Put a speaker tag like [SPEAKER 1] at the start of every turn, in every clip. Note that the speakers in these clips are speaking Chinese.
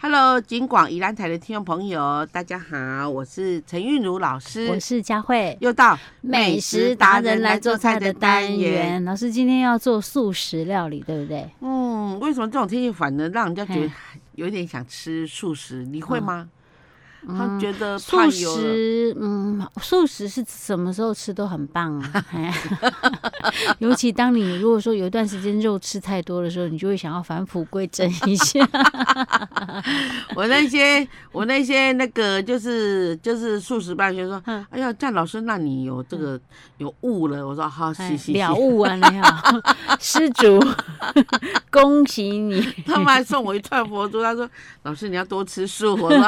[SPEAKER 1] Hello，金广宜兰台的听众朋友，大家好，我是陈韵如老
[SPEAKER 2] 我
[SPEAKER 1] 师，
[SPEAKER 2] 是佳慧。
[SPEAKER 1] 又到
[SPEAKER 2] 美食达人来做菜的单。元，老师今天要做素食料理，对不对？
[SPEAKER 1] 嗯，为什么这种天气反而让人家觉得
[SPEAKER 2] 嘿
[SPEAKER 1] 有点想吃素食？你会吗？他
[SPEAKER 2] 嗯
[SPEAKER 1] 觉得怕
[SPEAKER 2] 素
[SPEAKER 1] 油了
[SPEAKER 2] 食，嗯，素食是什么时候吃都很棒 啊，哎尤其当你如果说有一段时间肉吃太多的时候，你就会想要返璞归真一 下。
[SPEAKER 1] 我那些我那些那个就是就是素食班学生说，
[SPEAKER 2] 嗯
[SPEAKER 1] 哎呀，战老师，那你有这个有悟了？我说好，谢
[SPEAKER 2] 哎
[SPEAKER 1] 谢。
[SPEAKER 2] 了悟啊，你好， 施主，恭喜 你！
[SPEAKER 1] 他们还送我一串佛珠，他说老师你要多吃素。我说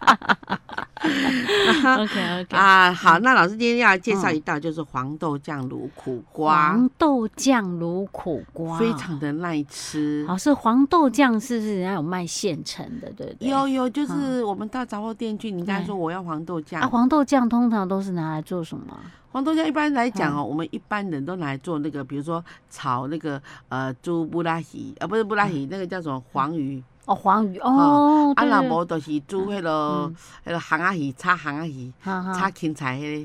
[SPEAKER 1] 好
[SPEAKER 2] OK OK，
[SPEAKER 1] 啊，
[SPEAKER 2] 嗯
[SPEAKER 1] 好，那老师今天要介绍一道就是黄豆酱卤苦瓜，
[SPEAKER 2] 黄豆酱卤苦瓜，
[SPEAKER 1] 非常的耐吃。
[SPEAKER 2] 好，是黄豆酱，是不是人家有卖现成的，对不对？
[SPEAKER 1] 有有，就是我们到杂货店去，你刚才说我要黄豆酱，
[SPEAKER 2] 嗯啊，黄豆酱通常都是拿来做什么？
[SPEAKER 1] 黄豆酱一般来
[SPEAKER 2] 嗯
[SPEAKER 1] 讲哦，我们一般人都拿来做那个，比如说炒那个呃猪布拉鱼，啊不是布拉鱼，那个叫什么黄鱼，
[SPEAKER 2] 哦，黄鱼
[SPEAKER 1] 哦
[SPEAKER 2] 哦，
[SPEAKER 1] 啊
[SPEAKER 2] 嗯对
[SPEAKER 1] 那
[SPEAKER 2] 对
[SPEAKER 1] 无就是煮迄个
[SPEAKER 2] 嗯
[SPEAKER 1] 迄个杭阿鱼，炒杭阿鱼，
[SPEAKER 2] 哈
[SPEAKER 1] 炒
[SPEAKER 2] 哈，
[SPEAKER 1] 芹菜迄个，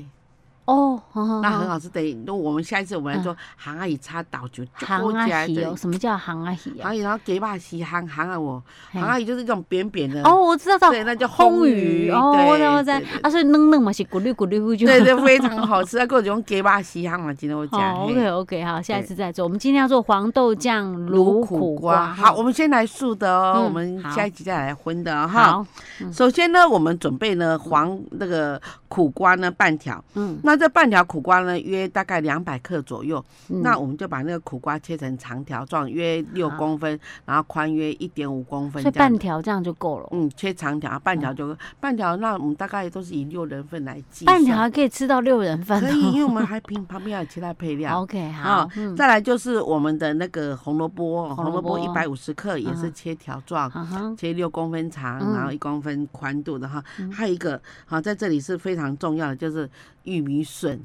[SPEAKER 2] 哦，好好
[SPEAKER 1] 那很
[SPEAKER 2] 好
[SPEAKER 1] 好吃。等于那我们下一次我们来做杭阿鱼炒豆酒，
[SPEAKER 2] 嗯行阿喜
[SPEAKER 1] 的
[SPEAKER 2] 哦，。什么叫行阿喜啊
[SPEAKER 1] 杭？鱼，然后给把西杭杭啊我，
[SPEAKER 2] 嘿
[SPEAKER 1] 杭阿鱼就是这种扁扁的，
[SPEAKER 2] 哦，我知道知道，
[SPEAKER 1] 对，那叫
[SPEAKER 2] 烘
[SPEAKER 1] 烘
[SPEAKER 2] 鱼
[SPEAKER 1] 鱼。
[SPEAKER 2] 哦，
[SPEAKER 1] 对
[SPEAKER 2] 我知道我知道
[SPEAKER 1] 对对，
[SPEAKER 2] 啊，所以嫩嫩嘛是咕噜咕噜咕噜就。
[SPEAKER 1] 对对，非常好吃。啊，各种给把西杭嘛，今天我讲。
[SPEAKER 2] 好
[SPEAKER 1] 嘿
[SPEAKER 2] ，OK OK，好，下一
[SPEAKER 1] 对
[SPEAKER 2] 次再做。我们今天要做黄豆酱
[SPEAKER 1] 卤
[SPEAKER 2] 卤
[SPEAKER 1] 苦
[SPEAKER 2] 苦
[SPEAKER 1] 瓜。
[SPEAKER 2] 瓜。
[SPEAKER 1] 好，我们先来素的哦，
[SPEAKER 2] 嗯
[SPEAKER 1] 我们
[SPEAKER 2] 好
[SPEAKER 1] 下一集再来荤的哦哈。
[SPEAKER 2] 好，
[SPEAKER 1] 首先呢，我们准备呢黄那个苦瓜呢半条，
[SPEAKER 2] 嗯，
[SPEAKER 1] 那这半条苦瓜呢约大概两百克左右，
[SPEAKER 2] 嗯
[SPEAKER 1] 那我们就把那个苦瓜切成长条状，约六
[SPEAKER 2] 好
[SPEAKER 1] 公分，然后宽约一点五公分
[SPEAKER 2] 所以
[SPEAKER 1] 这样
[SPEAKER 2] 半
[SPEAKER 1] 子。
[SPEAKER 2] 条这样就够了。
[SPEAKER 1] 嗯，切长条，半条就、半条，那我们大概都是以六人份来计算。
[SPEAKER 2] 半条还可以吃到六人份
[SPEAKER 1] 可
[SPEAKER 2] 哦。
[SPEAKER 1] 以，因为我们还平旁边还有其他配料。
[SPEAKER 2] OK，
[SPEAKER 1] 啊
[SPEAKER 2] 好，嗯，
[SPEAKER 1] 再来就是我们的那个红萝卜，哦红萝
[SPEAKER 2] 萝
[SPEAKER 1] 卜
[SPEAKER 2] 卜
[SPEAKER 1] 一百五十克也是
[SPEAKER 2] 嗯
[SPEAKER 1] 切条状，
[SPEAKER 2] 哈哈，
[SPEAKER 1] 切六公分长，
[SPEAKER 2] 嗯
[SPEAKER 1] 然后一公分宽度的哈。 还有一个好，在这里是非常重要的，就是玉米笋。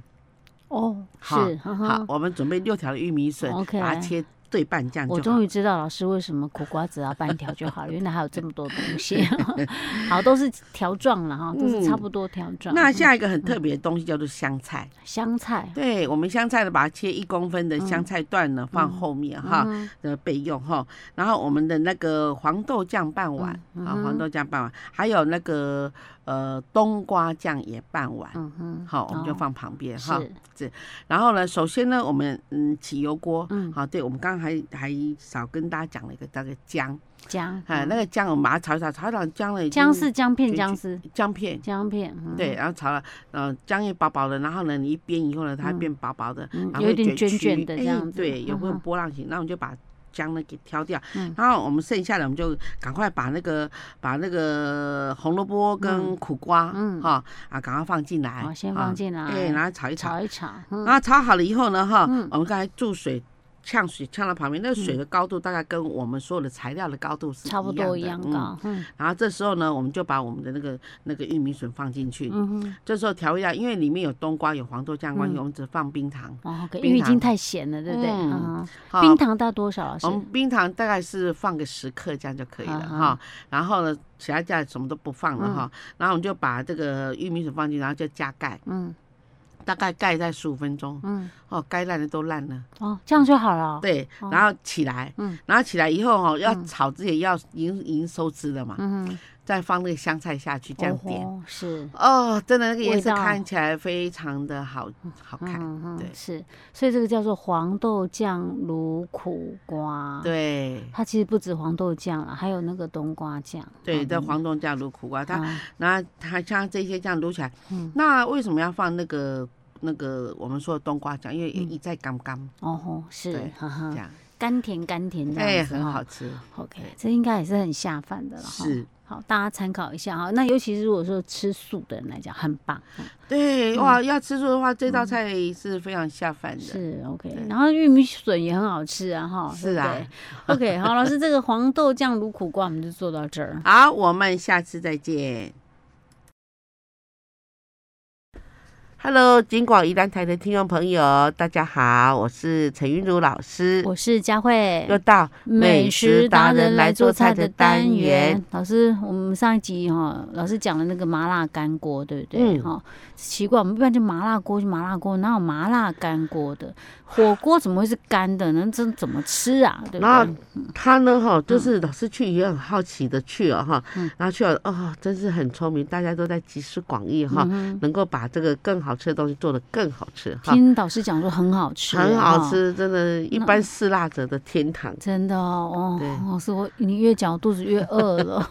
[SPEAKER 2] 哦，
[SPEAKER 1] 好
[SPEAKER 2] 是，哈
[SPEAKER 1] 好
[SPEAKER 2] 哈，。
[SPEAKER 1] 我们准备六条的玉米笋，
[SPEAKER 2] 哦 OK
[SPEAKER 1] 把它切对半这样
[SPEAKER 2] 我
[SPEAKER 1] 就好
[SPEAKER 2] 终。于知道老师为什么苦瓜只要半条就好了，原来还有这么 多东西。 好，都是条状了哈，都是差不多条状。
[SPEAKER 1] 那
[SPEAKER 2] 嗯哎
[SPEAKER 1] 下一个很特别的东西叫做香菜，
[SPEAKER 2] 香菜
[SPEAKER 1] 对我们香菜呢，把它切一公分的香菜段呢，放后面哈
[SPEAKER 2] 嗯
[SPEAKER 1] 的备用哈。然后我们的那个黄豆酱半碗
[SPEAKER 2] 嗯嗯
[SPEAKER 1] 啊，
[SPEAKER 2] 哼
[SPEAKER 1] 黄豆酱半碗，还有那个呃冬瓜酱也半碗。
[SPEAKER 2] 嗯哼，
[SPEAKER 1] 好，我们就
[SPEAKER 2] 哦
[SPEAKER 1] 放旁边哈。
[SPEAKER 2] 是
[SPEAKER 1] 然后呢，首先呢，我们嗯起油锅，
[SPEAKER 2] 嗯
[SPEAKER 1] 好，对我们刚刚还还少跟大家讲了一个那个姜，
[SPEAKER 2] 姜，
[SPEAKER 1] 哎，
[SPEAKER 2] 嗯
[SPEAKER 1] 那个姜我们把它炒一炒，炒一炒姜了已经
[SPEAKER 2] 姜是姜片，
[SPEAKER 1] 卷
[SPEAKER 2] 姜
[SPEAKER 1] 起
[SPEAKER 2] 丝，
[SPEAKER 1] 姜片，
[SPEAKER 2] 姜片，嗯
[SPEAKER 1] 对，，然后炒了，嗯、呃，姜也薄薄的，然后呢，你一煸以后呢，它
[SPEAKER 2] 嗯
[SPEAKER 1] 变薄薄的，
[SPEAKER 2] 嗯
[SPEAKER 1] 然后
[SPEAKER 2] 有
[SPEAKER 1] 会
[SPEAKER 2] 一点
[SPEAKER 1] 卷
[SPEAKER 2] 卷
[SPEAKER 1] 曲
[SPEAKER 2] 卷的
[SPEAKER 1] 哎
[SPEAKER 2] 这样子，
[SPEAKER 1] 对，有
[SPEAKER 2] 嗯
[SPEAKER 1] 会
[SPEAKER 2] 哼
[SPEAKER 1] 波浪形，那我们就把姜呢给挑掉，
[SPEAKER 2] 嗯
[SPEAKER 1] 然后我们剩下的我们就赶快把那个把那个红萝卜跟苦瓜，
[SPEAKER 2] 嗯
[SPEAKER 1] 哈啊，赶快放进来，
[SPEAKER 2] 好，先放进
[SPEAKER 1] 啊，
[SPEAKER 2] 来，
[SPEAKER 1] 哎，然后炒一炒，啊
[SPEAKER 2] 炒一炒，嗯
[SPEAKER 1] 然后炒好了以后呢，哈，
[SPEAKER 2] 嗯
[SPEAKER 1] 我们刚才注水。呛水呛到旁边，那个水的高度大概跟我们所有的材料的高度是
[SPEAKER 2] 差不多
[SPEAKER 1] 一
[SPEAKER 2] 一
[SPEAKER 1] 样
[SPEAKER 2] 样
[SPEAKER 1] 的。嗯
[SPEAKER 2] 高，嗯
[SPEAKER 1] 然后这时候呢，我们就把我们的那个那个玉米笋放进去，
[SPEAKER 2] 嗯哼
[SPEAKER 1] 这时候调味料，因为里面有冬瓜、有黄豆酱关系，
[SPEAKER 2] 嗯
[SPEAKER 1] 我们只放冰糖。
[SPEAKER 2] 哦，OK，
[SPEAKER 1] 冰
[SPEAKER 2] 因为已
[SPEAKER 1] 糖
[SPEAKER 2] 经太咸了，对不对？
[SPEAKER 1] 嗯哦
[SPEAKER 2] 嗯哼，
[SPEAKER 1] 哈
[SPEAKER 2] 冰，糖到多少？老师
[SPEAKER 1] 我？们冰糖大概是放个十克，这样就可以了
[SPEAKER 2] 啊嗯
[SPEAKER 1] 哈。然后呢，其他酱什么都不放了哈。然后我们就把这个玉米笋放进去，然后就加盖，
[SPEAKER 2] 嗯
[SPEAKER 1] 大概盖在十五分钟。
[SPEAKER 2] 嗯，
[SPEAKER 1] 哦，该烂的都烂了。
[SPEAKER 2] 哦，这样就好了哦。
[SPEAKER 1] 对，然后起来，
[SPEAKER 2] 嗯
[SPEAKER 1] 然后起来以后哦，要炒之前要已经已经收汁了嘛，
[SPEAKER 2] 嗯哼，
[SPEAKER 1] 再放那个香菜下去，这样点。
[SPEAKER 2] 哦吼是。
[SPEAKER 1] 哦，真的那个颜色
[SPEAKER 2] 味道
[SPEAKER 1] 看起来非常的好好看。
[SPEAKER 2] 嗯哼
[SPEAKER 1] 对
[SPEAKER 2] 是，所以这个叫做黄豆酱卤苦瓜。，
[SPEAKER 1] 对
[SPEAKER 2] 它其实不止黄豆酱了，还有那个冬瓜酱。嗯
[SPEAKER 1] 对，
[SPEAKER 2] 好
[SPEAKER 1] 这黄豆酱卤苦瓜，它
[SPEAKER 2] 啊
[SPEAKER 1] 那它像这些这样撸起来，
[SPEAKER 2] 嗯
[SPEAKER 1] 那为什么要放那个那个我们说的冬瓜酱？因为一再刚刚
[SPEAKER 2] 哦吼，
[SPEAKER 1] 对
[SPEAKER 2] 是，
[SPEAKER 1] 这
[SPEAKER 2] 哈哈，
[SPEAKER 1] 样，
[SPEAKER 2] 甘甜甘甜嗯这
[SPEAKER 1] 哎，
[SPEAKER 2] 样子
[SPEAKER 1] 很
[SPEAKER 2] 哈
[SPEAKER 1] 好。吃。
[SPEAKER 2] OK，
[SPEAKER 1] 对
[SPEAKER 2] 这应该也是很下饭的了哈。
[SPEAKER 1] 是，
[SPEAKER 2] 好，大家参考一下哈。那尤其是如果说吃素的人来讲，很棒。嗯
[SPEAKER 1] 对，哇，要吃素的话，这道菜是非常下饭的。
[SPEAKER 2] 是 OK，
[SPEAKER 1] 对
[SPEAKER 2] 然后玉米笋也很好吃啊哈。
[SPEAKER 1] 是
[SPEAKER 2] 对不
[SPEAKER 1] 啊
[SPEAKER 2] 对 OK，好，老师，这个黄豆酱卤苦瓜我们就做到这儿。
[SPEAKER 1] 好，我们下次再见。 Hello，金广宜兰台的听众朋友，大家好，我是陈云茹老师，
[SPEAKER 2] 我是佳慧，
[SPEAKER 1] 又到美食达人来做菜的单元。。
[SPEAKER 2] 老师，我们上一集哈、老师讲了那个麻辣干锅，对不对？
[SPEAKER 1] 嗯
[SPEAKER 2] 哈、奇怪，我们一般就麻辣锅就麻辣锅，哪有麻辣干锅的？火锅怎么会是干的呢？这怎么吃啊？对不
[SPEAKER 1] 然后
[SPEAKER 2] 对？
[SPEAKER 1] 他呢，哈，
[SPEAKER 2] 嗯
[SPEAKER 1] 就是老师去也很好奇的去了哈，然后去了，哦，真是很聪明，大家都在集思广益哈，
[SPEAKER 2] 嗯
[SPEAKER 1] 能够把这个更好吃的东西做得更好吃哈，
[SPEAKER 2] 听导师讲说很好吃，啊
[SPEAKER 1] 很好
[SPEAKER 2] 哈。
[SPEAKER 1] 吃，真的，一
[SPEAKER 2] 嗯
[SPEAKER 1] 般嗜辣者的天堂。
[SPEAKER 2] 真的哦，
[SPEAKER 1] 对
[SPEAKER 2] 哦，老师，我你越讲我肚子越饿 了。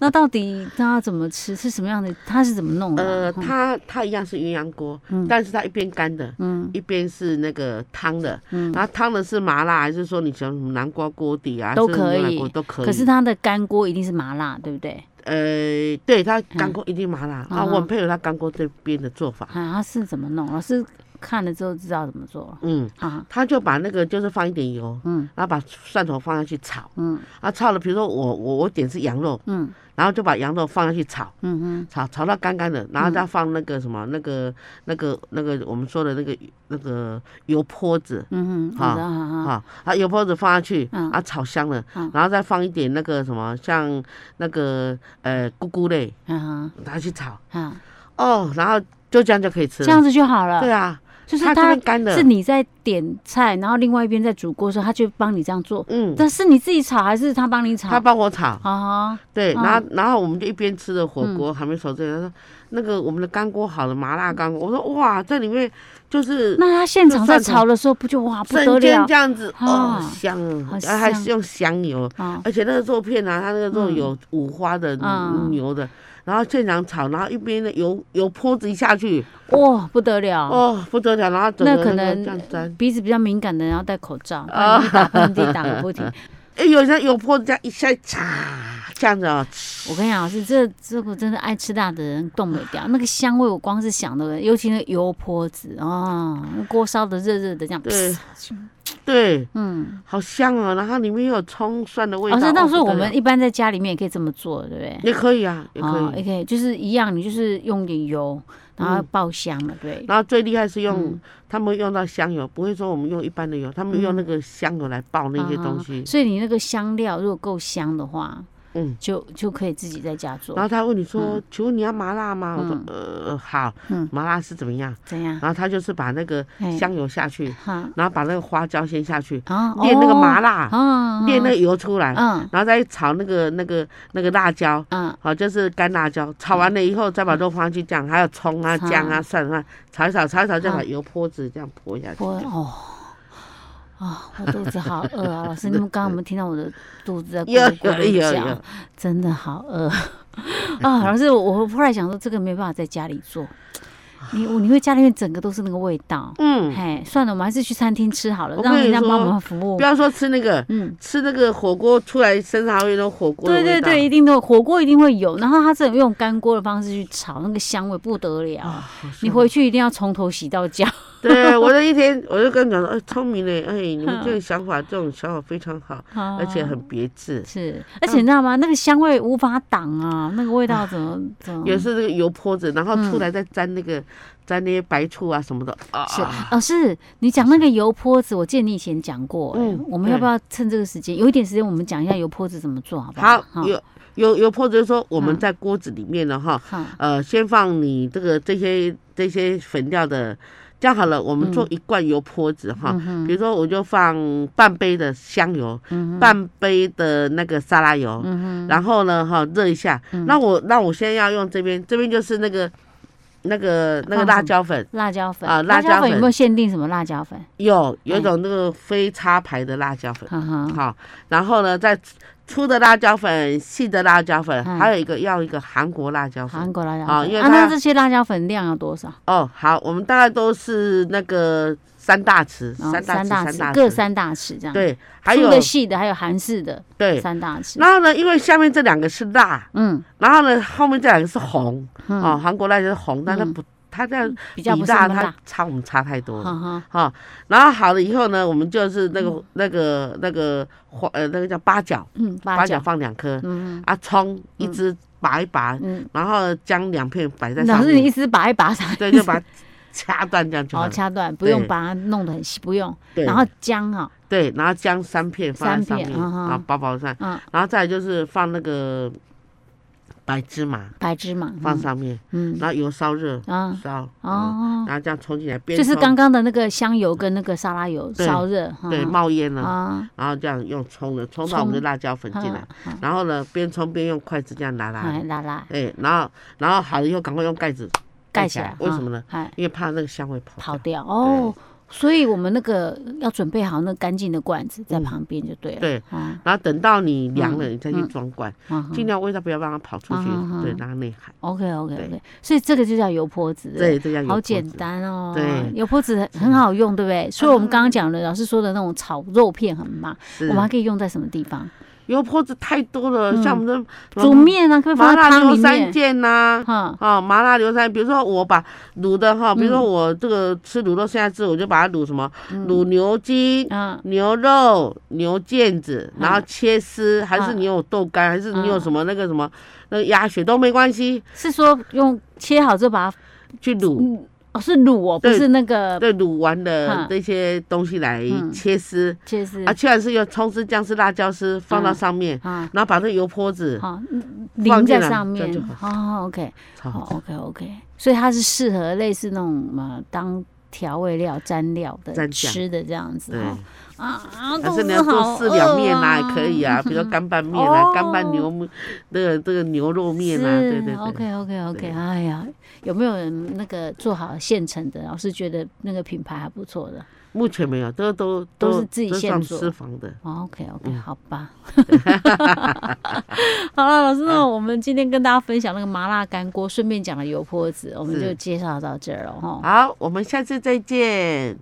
[SPEAKER 2] 那到底它怎么吃？是什么样的？它是怎么弄的啊？
[SPEAKER 1] 呃，它它一样是鸳鸯锅，但是它一边干的，
[SPEAKER 2] 嗯
[SPEAKER 1] 一边是那个汤的，
[SPEAKER 2] 嗯
[SPEAKER 1] 然后汤的是麻辣，还是说你想什么南瓜锅底啊，
[SPEAKER 2] 都
[SPEAKER 1] 还是
[SPEAKER 2] 可
[SPEAKER 1] 牛奶
[SPEAKER 2] 以
[SPEAKER 1] 锅都可以。
[SPEAKER 2] 可是它的干锅一定是麻辣，对不对？
[SPEAKER 1] 呃，对，它干锅一定麻辣、
[SPEAKER 2] 嗯
[SPEAKER 1] 啊，
[SPEAKER 2] 嗯
[SPEAKER 1] 我很配合它干锅这边的做法。
[SPEAKER 2] 啊，它是怎么弄？老师看了之后知道怎么做了
[SPEAKER 1] 嗯，
[SPEAKER 2] 啊。
[SPEAKER 1] 他就把那个就是放一点油，
[SPEAKER 2] 嗯
[SPEAKER 1] 然后把蒜头放下去炒，
[SPEAKER 2] 嗯
[SPEAKER 1] 啊，炒了，比如说我我我点是羊肉，
[SPEAKER 2] 嗯
[SPEAKER 1] 然后就把羊肉放下去炒，
[SPEAKER 2] 嗯嗯
[SPEAKER 1] 炒炒到干干的，然后再放那个什么、那个那个那个我们说的那个那个油泼子。
[SPEAKER 2] 嗯嗯，
[SPEAKER 1] 好
[SPEAKER 2] 好的好好。
[SPEAKER 1] 啊，啊油泼子放下去，
[SPEAKER 2] 嗯
[SPEAKER 1] 啊炒香了
[SPEAKER 2] 嗯，
[SPEAKER 1] 然后再放一点那个什么，像那个呃咕咕类，
[SPEAKER 2] 啊
[SPEAKER 1] 拿去炒
[SPEAKER 2] 啊，
[SPEAKER 1] 哦，然后就这样就可以吃
[SPEAKER 2] 这
[SPEAKER 1] 了。
[SPEAKER 2] 样子就好了。
[SPEAKER 1] 对啊，
[SPEAKER 2] 就是
[SPEAKER 1] 它这
[SPEAKER 2] 它
[SPEAKER 1] 边干的
[SPEAKER 2] 是，你在点菜，然后另外一边在煮锅的时候，他就帮你这样做。
[SPEAKER 1] 嗯，
[SPEAKER 2] 但是你自己炒还是他帮你炒？
[SPEAKER 1] 他帮我炒，
[SPEAKER 2] 啊，
[SPEAKER 1] 对，
[SPEAKER 2] 嗯
[SPEAKER 1] 然后然后我们就一边吃着火锅，还没熟这个，他说那个我们的干锅好了，麻辣干锅，我说哇，这里面就是
[SPEAKER 2] 嗯那他现场在
[SPEAKER 1] 就蒜头
[SPEAKER 2] 炒的时候，不就哇不得
[SPEAKER 1] 生煎
[SPEAKER 2] 了
[SPEAKER 1] 这样子，
[SPEAKER 2] 啊
[SPEAKER 1] 哦，香啊，
[SPEAKER 2] 好
[SPEAKER 1] 然后还
[SPEAKER 2] 香
[SPEAKER 1] 是用香油，
[SPEAKER 2] 啊？
[SPEAKER 1] 而且那个肉片啊，它那个肉
[SPEAKER 2] 嗯
[SPEAKER 1] 有五花的
[SPEAKER 2] 嗯
[SPEAKER 1] 牛的，然后现场炒，然后一边的油油泼子一下去，
[SPEAKER 2] 哇，不得了！
[SPEAKER 1] 哦，不得了，然后整
[SPEAKER 2] 那
[SPEAKER 1] 个
[SPEAKER 2] 可
[SPEAKER 1] 个
[SPEAKER 2] 能
[SPEAKER 1] 这样沾，
[SPEAKER 2] 鼻子比较敏感的人要戴口罩，不
[SPEAKER 1] 哦
[SPEAKER 2] 然你会打喷嚏打个不停。
[SPEAKER 1] 哎，有像油泼子这样一下嚓，这样子哦，
[SPEAKER 2] 我跟你讲，老师，这这个真的爱吃辣的人动不了，那个香味我光是想的，尤其那油泼子哦，那锅烧的热热的这样。
[SPEAKER 1] 对对，
[SPEAKER 2] 嗯，
[SPEAKER 1] 好香哦，然后里面又有葱蒜的味道。
[SPEAKER 2] 老师，
[SPEAKER 1] 哦
[SPEAKER 2] 到时候
[SPEAKER 1] 不
[SPEAKER 2] 我
[SPEAKER 1] 得了
[SPEAKER 2] 们一般在家里面也可以这么做，对不对？
[SPEAKER 1] 也可以啊，也
[SPEAKER 2] 哦
[SPEAKER 1] 可
[SPEAKER 2] 也
[SPEAKER 1] 以。
[SPEAKER 2] 可以，就是一样，你就是用点油，然后爆香嘛，对。
[SPEAKER 1] 然后最厉害是用
[SPEAKER 2] 嗯
[SPEAKER 1] 他们用到香油，不会说我们用一般的油，他们用那个香油来爆那些东西
[SPEAKER 2] 啊。所以你那个香料如果够香的话，
[SPEAKER 1] 嗯，
[SPEAKER 2] 就就可以自己在家做
[SPEAKER 1] 然。后他问你说：“请问你要麻辣吗？”我说
[SPEAKER 2] 嗯：“
[SPEAKER 1] 呃，好
[SPEAKER 2] 嗯，
[SPEAKER 1] 麻辣是怎么样
[SPEAKER 2] 怎样？”？
[SPEAKER 1] 然后他就是把那个
[SPEAKER 2] 嘿
[SPEAKER 1] 香油下去，
[SPEAKER 2] 哈
[SPEAKER 1] 然后把那个花椒先下去，
[SPEAKER 2] 啊，
[SPEAKER 1] 炼那个麻
[SPEAKER 2] 辣，
[SPEAKER 1] 辣，
[SPEAKER 2] 啊，
[SPEAKER 1] 炼那个油出来，
[SPEAKER 2] 嗯
[SPEAKER 1] 然后再炒那个那个那个辣椒。
[SPEAKER 2] 嗯，
[SPEAKER 1] 好，就是干辣椒，炒完了以后再把肉放进去酱，还有葱啊、
[SPEAKER 2] 啊
[SPEAKER 1] 姜啊、蒜啊，炒一炒，炒一炒，再
[SPEAKER 2] 啊
[SPEAKER 1] 把油泼子这样泼下去。
[SPEAKER 2] 我哦。啊、我肚子好饿 啊！老师，你们刚刚有没有听到我的肚子在咕
[SPEAKER 1] 有
[SPEAKER 2] 噜咕
[SPEAKER 1] 有有
[SPEAKER 2] 噜
[SPEAKER 1] 有
[SPEAKER 2] 叫？，真的好饿啊！老师，我我忽然想说，这个没办法在家里做，你你会家里面整个都是那个味道。
[SPEAKER 1] 嗯，
[SPEAKER 2] 嘿，算了，我们还是去餐厅吃好了，
[SPEAKER 1] 我跟
[SPEAKER 2] 让人
[SPEAKER 1] 你
[SPEAKER 2] 家帮我
[SPEAKER 1] 说
[SPEAKER 2] 们服务
[SPEAKER 1] 不。要说吃那个，
[SPEAKER 2] 嗯，
[SPEAKER 1] 吃那个火锅出来身上还有一种火锅的
[SPEAKER 2] 对
[SPEAKER 1] 味
[SPEAKER 2] 对
[SPEAKER 1] 道。
[SPEAKER 2] 对，一定都有火锅一定会有。然后它这种用干锅的方式去炒，那个香味不得了。
[SPEAKER 1] 啊，好
[SPEAKER 2] 你
[SPEAKER 1] 香
[SPEAKER 2] 回去一定要从头洗到脚。
[SPEAKER 1] 对我这一天， 我就跟你讲说，哎，聪明嘞，哎，你们这个想法，这种想法非常好，而
[SPEAKER 2] 而
[SPEAKER 1] 且很别致。
[SPEAKER 2] 是，而
[SPEAKER 1] 嗯
[SPEAKER 2] 且你知道吗？那个香味无法挡啊，那个味道怎么怎么？
[SPEAKER 1] 也是这个油泼子，然后
[SPEAKER 2] 嗯
[SPEAKER 1] 出来再沾那个沾那些白醋啊什么的啊，
[SPEAKER 2] 哦是老师，你讲那个油泼子，我记得你以前讲过、哎
[SPEAKER 1] 嗯
[SPEAKER 2] 我们要不要趁这个时间，有一点时间，我们讲一下油泼子怎么做，好不好？嗯
[SPEAKER 1] 好，油油油泼子就说我们在锅子里面了哈，
[SPEAKER 2] 好，
[SPEAKER 1] 呃，先放你这个这些这些粉料的，这样好了，我们
[SPEAKER 2] 嗯
[SPEAKER 1] 做一罐油泼子哈，比如说我就放半杯的香油，
[SPEAKER 2] 嗯
[SPEAKER 1] 半杯的那个沙拉油，然后呢哈热一下。
[SPEAKER 2] 嗯
[SPEAKER 1] 那我那我现在要用这边，这边就是那个那个那个
[SPEAKER 2] 放什么
[SPEAKER 1] 辣椒粉，
[SPEAKER 2] 辣椒粉
[SPEAKER 1] 啊辣椒
[SPEAKER 2] 椒粉有
[SPEAKER 1] 粉
[SPEAKER 2] 没有限定什么辣椒粉？
[SPEAKER 1] 有
[SPEAKER 2] 嗯
[SPEAKER 1] 有一种那个非插牌的辣椒粉，
[SPEAKER 2] 哈哈，
[SPEAKER 1] 呃好，然后呢再粗的辣椒粉、细的辣椒粉，
[SPEAKER 2] 嗯
[SPEAKER 1] 还有一个要一个韩国辣椒粉
[SPEAKER 2] 韩。国辣椒
[SPEAKER 1] 啊
[SPEAKER 2] 粉
[SPEAKER 1] 因为
[SPEAKER 2] 啊，
[SPEAKER 1] 它
[SPEAKER 2] 那这些辣椒粉量要多少？
[SPEAKER 1] 哦，好，我们大概都是那个三大匙，三
[SPEAKER 2] 啊
[SPEAKER 1] 大匙，
[SPEAKER 2] 大
[SPEAKER 1] 三大匙，
[SPEAKER 2] 各三大匙这样。，
[SPEAKER 1] 对，还
[SPEAKER 2] 粗
[SPEAKER 1] 有
[SPEAKER 2] 的、细的，还有韩式的，
[SPEAKER 1] 对。
[SPEAKER 2] 三大匙。
[SPEAKER 1] 然后呢，因为下面这两个是辣，
[SPEAKER 2] 嗯，
[SPEAKER 1] 然后呢后面这两个是红，
[SPEAKER 2] 嗯
[SPEAKER 1] 哦，韩国辣椒是红，但它
[SPEAKER 2] 嗯
[SPEAKER 1] 不，它这样
[SPEAKER 2] 比较
[SPEAKER 1] 比
[SPEAKER 2] 不是那么
[SPEAKER 1] 它
[SPEAKER 2] 辣。
[SPEAKER 1] 差我们差太多了。
[SPEAKER 2] 哈哈，
[SPEAKER 1] 哈、然后好了以后呢，我们就是那个、那个那个花呃那个叫八角，
[SPEAKER 2] 嗯，
[SPEAKER 1] 八
[SPEAKER 2] 八
[SPEAKER 1] 角
[SPEAKER 2] 角，
[SPEAKER 1] 放两颗，
[SPEAKER 2] 嗯
[SPEAKER 1] 啊葱一只拔一拔，
[SPEAKER 2] 嗯，
[SPEAKER 1] 然后姜两片摆在
[SPEAKER 2] 老
[SPEAKER 1] 上
[SPEAKER 2] 师，你
[SPEAKER 1] 面，
[SPEAKER 2] 一丝拔一拔啥？
[SPEAKER 1] 对，就把它 掐断这样就好
[SPEAKER 2] 哦，
[SPEAKER 1] 了。
[SPEAKER 2] 掐断，不
[SPEAKER 1] 对
[SPEAKER 2] 用把它弄得很细，不用。
[SPEAKER 1] 对，
[SPEAKER 2] 然后姜啊哈，
[SPEAKER 1] 对，然后姜三片放在上
[SPEAKER 2] 三片
[SPEAKER 1] 面，
[SPEAKER 2] 嗯哼
[SPEAKER 1] 啊，薄薄上，
[SPEAKER 2] 嗯，
[SPEAKER 1] 然后再来就是放那个白芝麻
[SPEAKER 2] 白芝麻，
[SPEAKER 1] 放上面，
[SPEAKER 2] 嗯，
[SPEAKER 1] 然后油烧热
[SPEAKER 2] 嗯啊，
[SPEAKER 1] 烧，嗯，
[SPEAKER 2] 哦，
[SPEAKER 1] 然后这样冲进来，边
[SPEAKER 2] 就是
[SPEAKER 1] 冲
[SPEAKER 2] 刚刚嗯的那个香油跟那个沙拉油
[SPEAKER 1] 对
[SPEAKER 2] 烧热，哈
[SPEAKER 1] 对冒烟了，
[SPEAKER 2] 啊，
[SPEAKER 1] 然后这样用冲的，冲到我们的辣椒粉进来
[SPEAKER 2] 啊，，啊
[SPEAKER 1] 然后呢边冲边用筷子这样拿
[SPEAKER 2] 哎，
[SPEAKER 1] 拉，
[SPEAKER 2] 拉拉
[SPEAKER 1] 哎，然后然后好了以后赶快用盖子
[SPEAKER 2] 盖
[SPEAKER 1] 起
[SPEAKER 2] 起来
[SPEAKER 1] 来，，为什么
[SPEAKER 2] 啊
[SPEAKER 1] 呢？？
[SPEAKER 2] 哎，
[SPEAKER 1] 因为怕那个香味跑
[SPEAKER 2] 跑
[SPEAKER 1] 掉。
[SPEAKER 2] 掉哦。所以我们那个要准备好那干净的罐子在旁边就对了。
[SPEAKER 1] 嗯对，
[SPEAKER 2] 啊，
[SPEAKER 1] 然后等到你凉了，
[SPEAKER 2] 嗯
[SPEAKER 1] 你再去
[SPEAKER 2] 嗯
[SPEAKER 1] 装罐，
[SPEAKER 2] 嗯
[SPEAKER 1] 尽量味道不要让它跑出去
[SPEAKER 2] 嗯嗯嗯，
[SPEAKER 1] 对，让它内涵。
[SPEAKER 2] OK OK
[SPEAKER 1] 对
[SPEAKER 2] OK，所以这个就叫油泼子。
[SPEAKER 1] 对，这样有
[SPEAKER 2] 好
[SPEAKER 1] 口
[SPEAKER 2] 简
[SPEAKER 1] 子。
[SPEAKER 2] 单哦，
[SPEAKER 1] 对嗯
[SPEAKER 2] 油泼子很很好用，对不对？所以我们刚刚讲的老师说的那种炒肉片很棒，
[SPEAKER 1] 是
[SPEAKER 2] 我们还可以用在什么地方？
[SPEAKER 1] 油泼子太多了，像我们的
[SPEAKER 2] 嗯煮面啊，可不可以
[SPEAKER 1] 麻
[SPEAKER 2] 放在
[SPEAKER 1] 辣
[SPEAKER 2] 汤
[SPEAKER 1] 牛
[SPEAKER 2] 里
[SPEAKER 1] 三
[SPEAKER 2] 面，
[SPEAKER 1] 件呐。
[SPEAKER 2] 哈，
[SPEAKER 1] 啊，麻辣牛三，比如说我把卤的
[SPEAKER 2] 嗯
[SPEAKER 1] 哈，比如说我这个吃卤肉现在吃，我就把它卤什么，卤牛筋、
[SPEAKER 2] 嗯，
[SPEAKER 1] 牛肉、牛腱子，然后切丝，还是
[SPEAKER 2] 嗯
[SPEAKER 1] 你有豆干，还是你有
[SPEAKER 2] 嗯
[SPEAKER 1] 什么那个什么那个鸭血都没关系，
[SPEAKER 2] 是说用切好之后把它，
[SPEAKER 1] 去卤。
[SPEAKER 2] 嗯，哦，是卤哦，不
[SPEAKER 1] 对
[SPEAKER 2] 是那个
[SPEAKER 1] 对，卤完的
[SPEAKER 2] 嗯
[SPEAKER 1] 这些东西来
[SPEAKER 2] 嗯
[SPEAKER 1] 切丝，
[SPEAKER 2] 切丝
[SPEAKER 1] 啊，切完丝有葱丝、酱丝、辣椒丝放到
[SPEAKER 2] 嗯
[SPEAKER 1] 上面，
[SPEAKER 2] 啊，
[SPEAKER 1] 然后把那油泼子
[SPEAKER 2] 好
[SPEAKER 1] 放
[SPEAKER 2] 淋
[SPEAKER 1] 进
[SPEAKER 2] 在
[SPEAKER 1] 来
[SPEAKER 2] 上
[SPEAKER 1] 这样
[SPEAKER 2] 面
[SPEAKER 1] 就好，
[SPEAKER 2] 哦，OK，
[SPEAKER 1] 炒
[SPEAKER 2] 好
[SPEAKER 1] 好吃。
[SPEAKER 2] ，OK OK，所以它是适合类似那种呃当调味料、蘸料的
[SPEAKER 1] 蘸酱
[SPEAKER 2] 吃的这样子
[SPEAKER 1] 对，
[SPEAKER 2] 哦啊啊，
[SPEAKER 1] 还
[SPEAKER 2] 肚
[SPEAKER 1] 是
[SPEAKER 2] 子
[SPEAKER 1] 你要
[SPEAKER 2] 好
[SPEAKER 1] 做四两面啊，
[SPEAKER 2] 饿
[SPEAKER 1] 也可以 啊，比如说干拌面啊
[SPEAKER 2] 哦，
[SPEAKER 1] 干拌牛面，那个这个牛肉面啊，对对对，
[SPEAKER 2] OK OK OK，
[SPEAKER 1] 对
[SPEAKER 2] 哎呀，有没有人那个做好现成的？老师觉得那个品牌还不错的。
[SPEAKER 1] 目前没有，都都
[SPEAKER 2] 都是自己
[SPEAKER 1] 都
[SPEAKER 2] 现
[SPEAKER 1] 上
[SPEAKER 2] 做
[SPEAKER 1] 私房的，
[SPEAKER 2] 哦 OK OK，、
[SPEAKER 1] 嗯
[SPEAKER 2] 好 吧。好了，老师，那我们今天跟大家分享那个麻辣干锅，顺便讲了油泼子，我们
[SPEAKER 1] 是
[SPEAKER 2] 就介绍到这儿了哈。
[SPEAKER 1] 好，我们下次再见。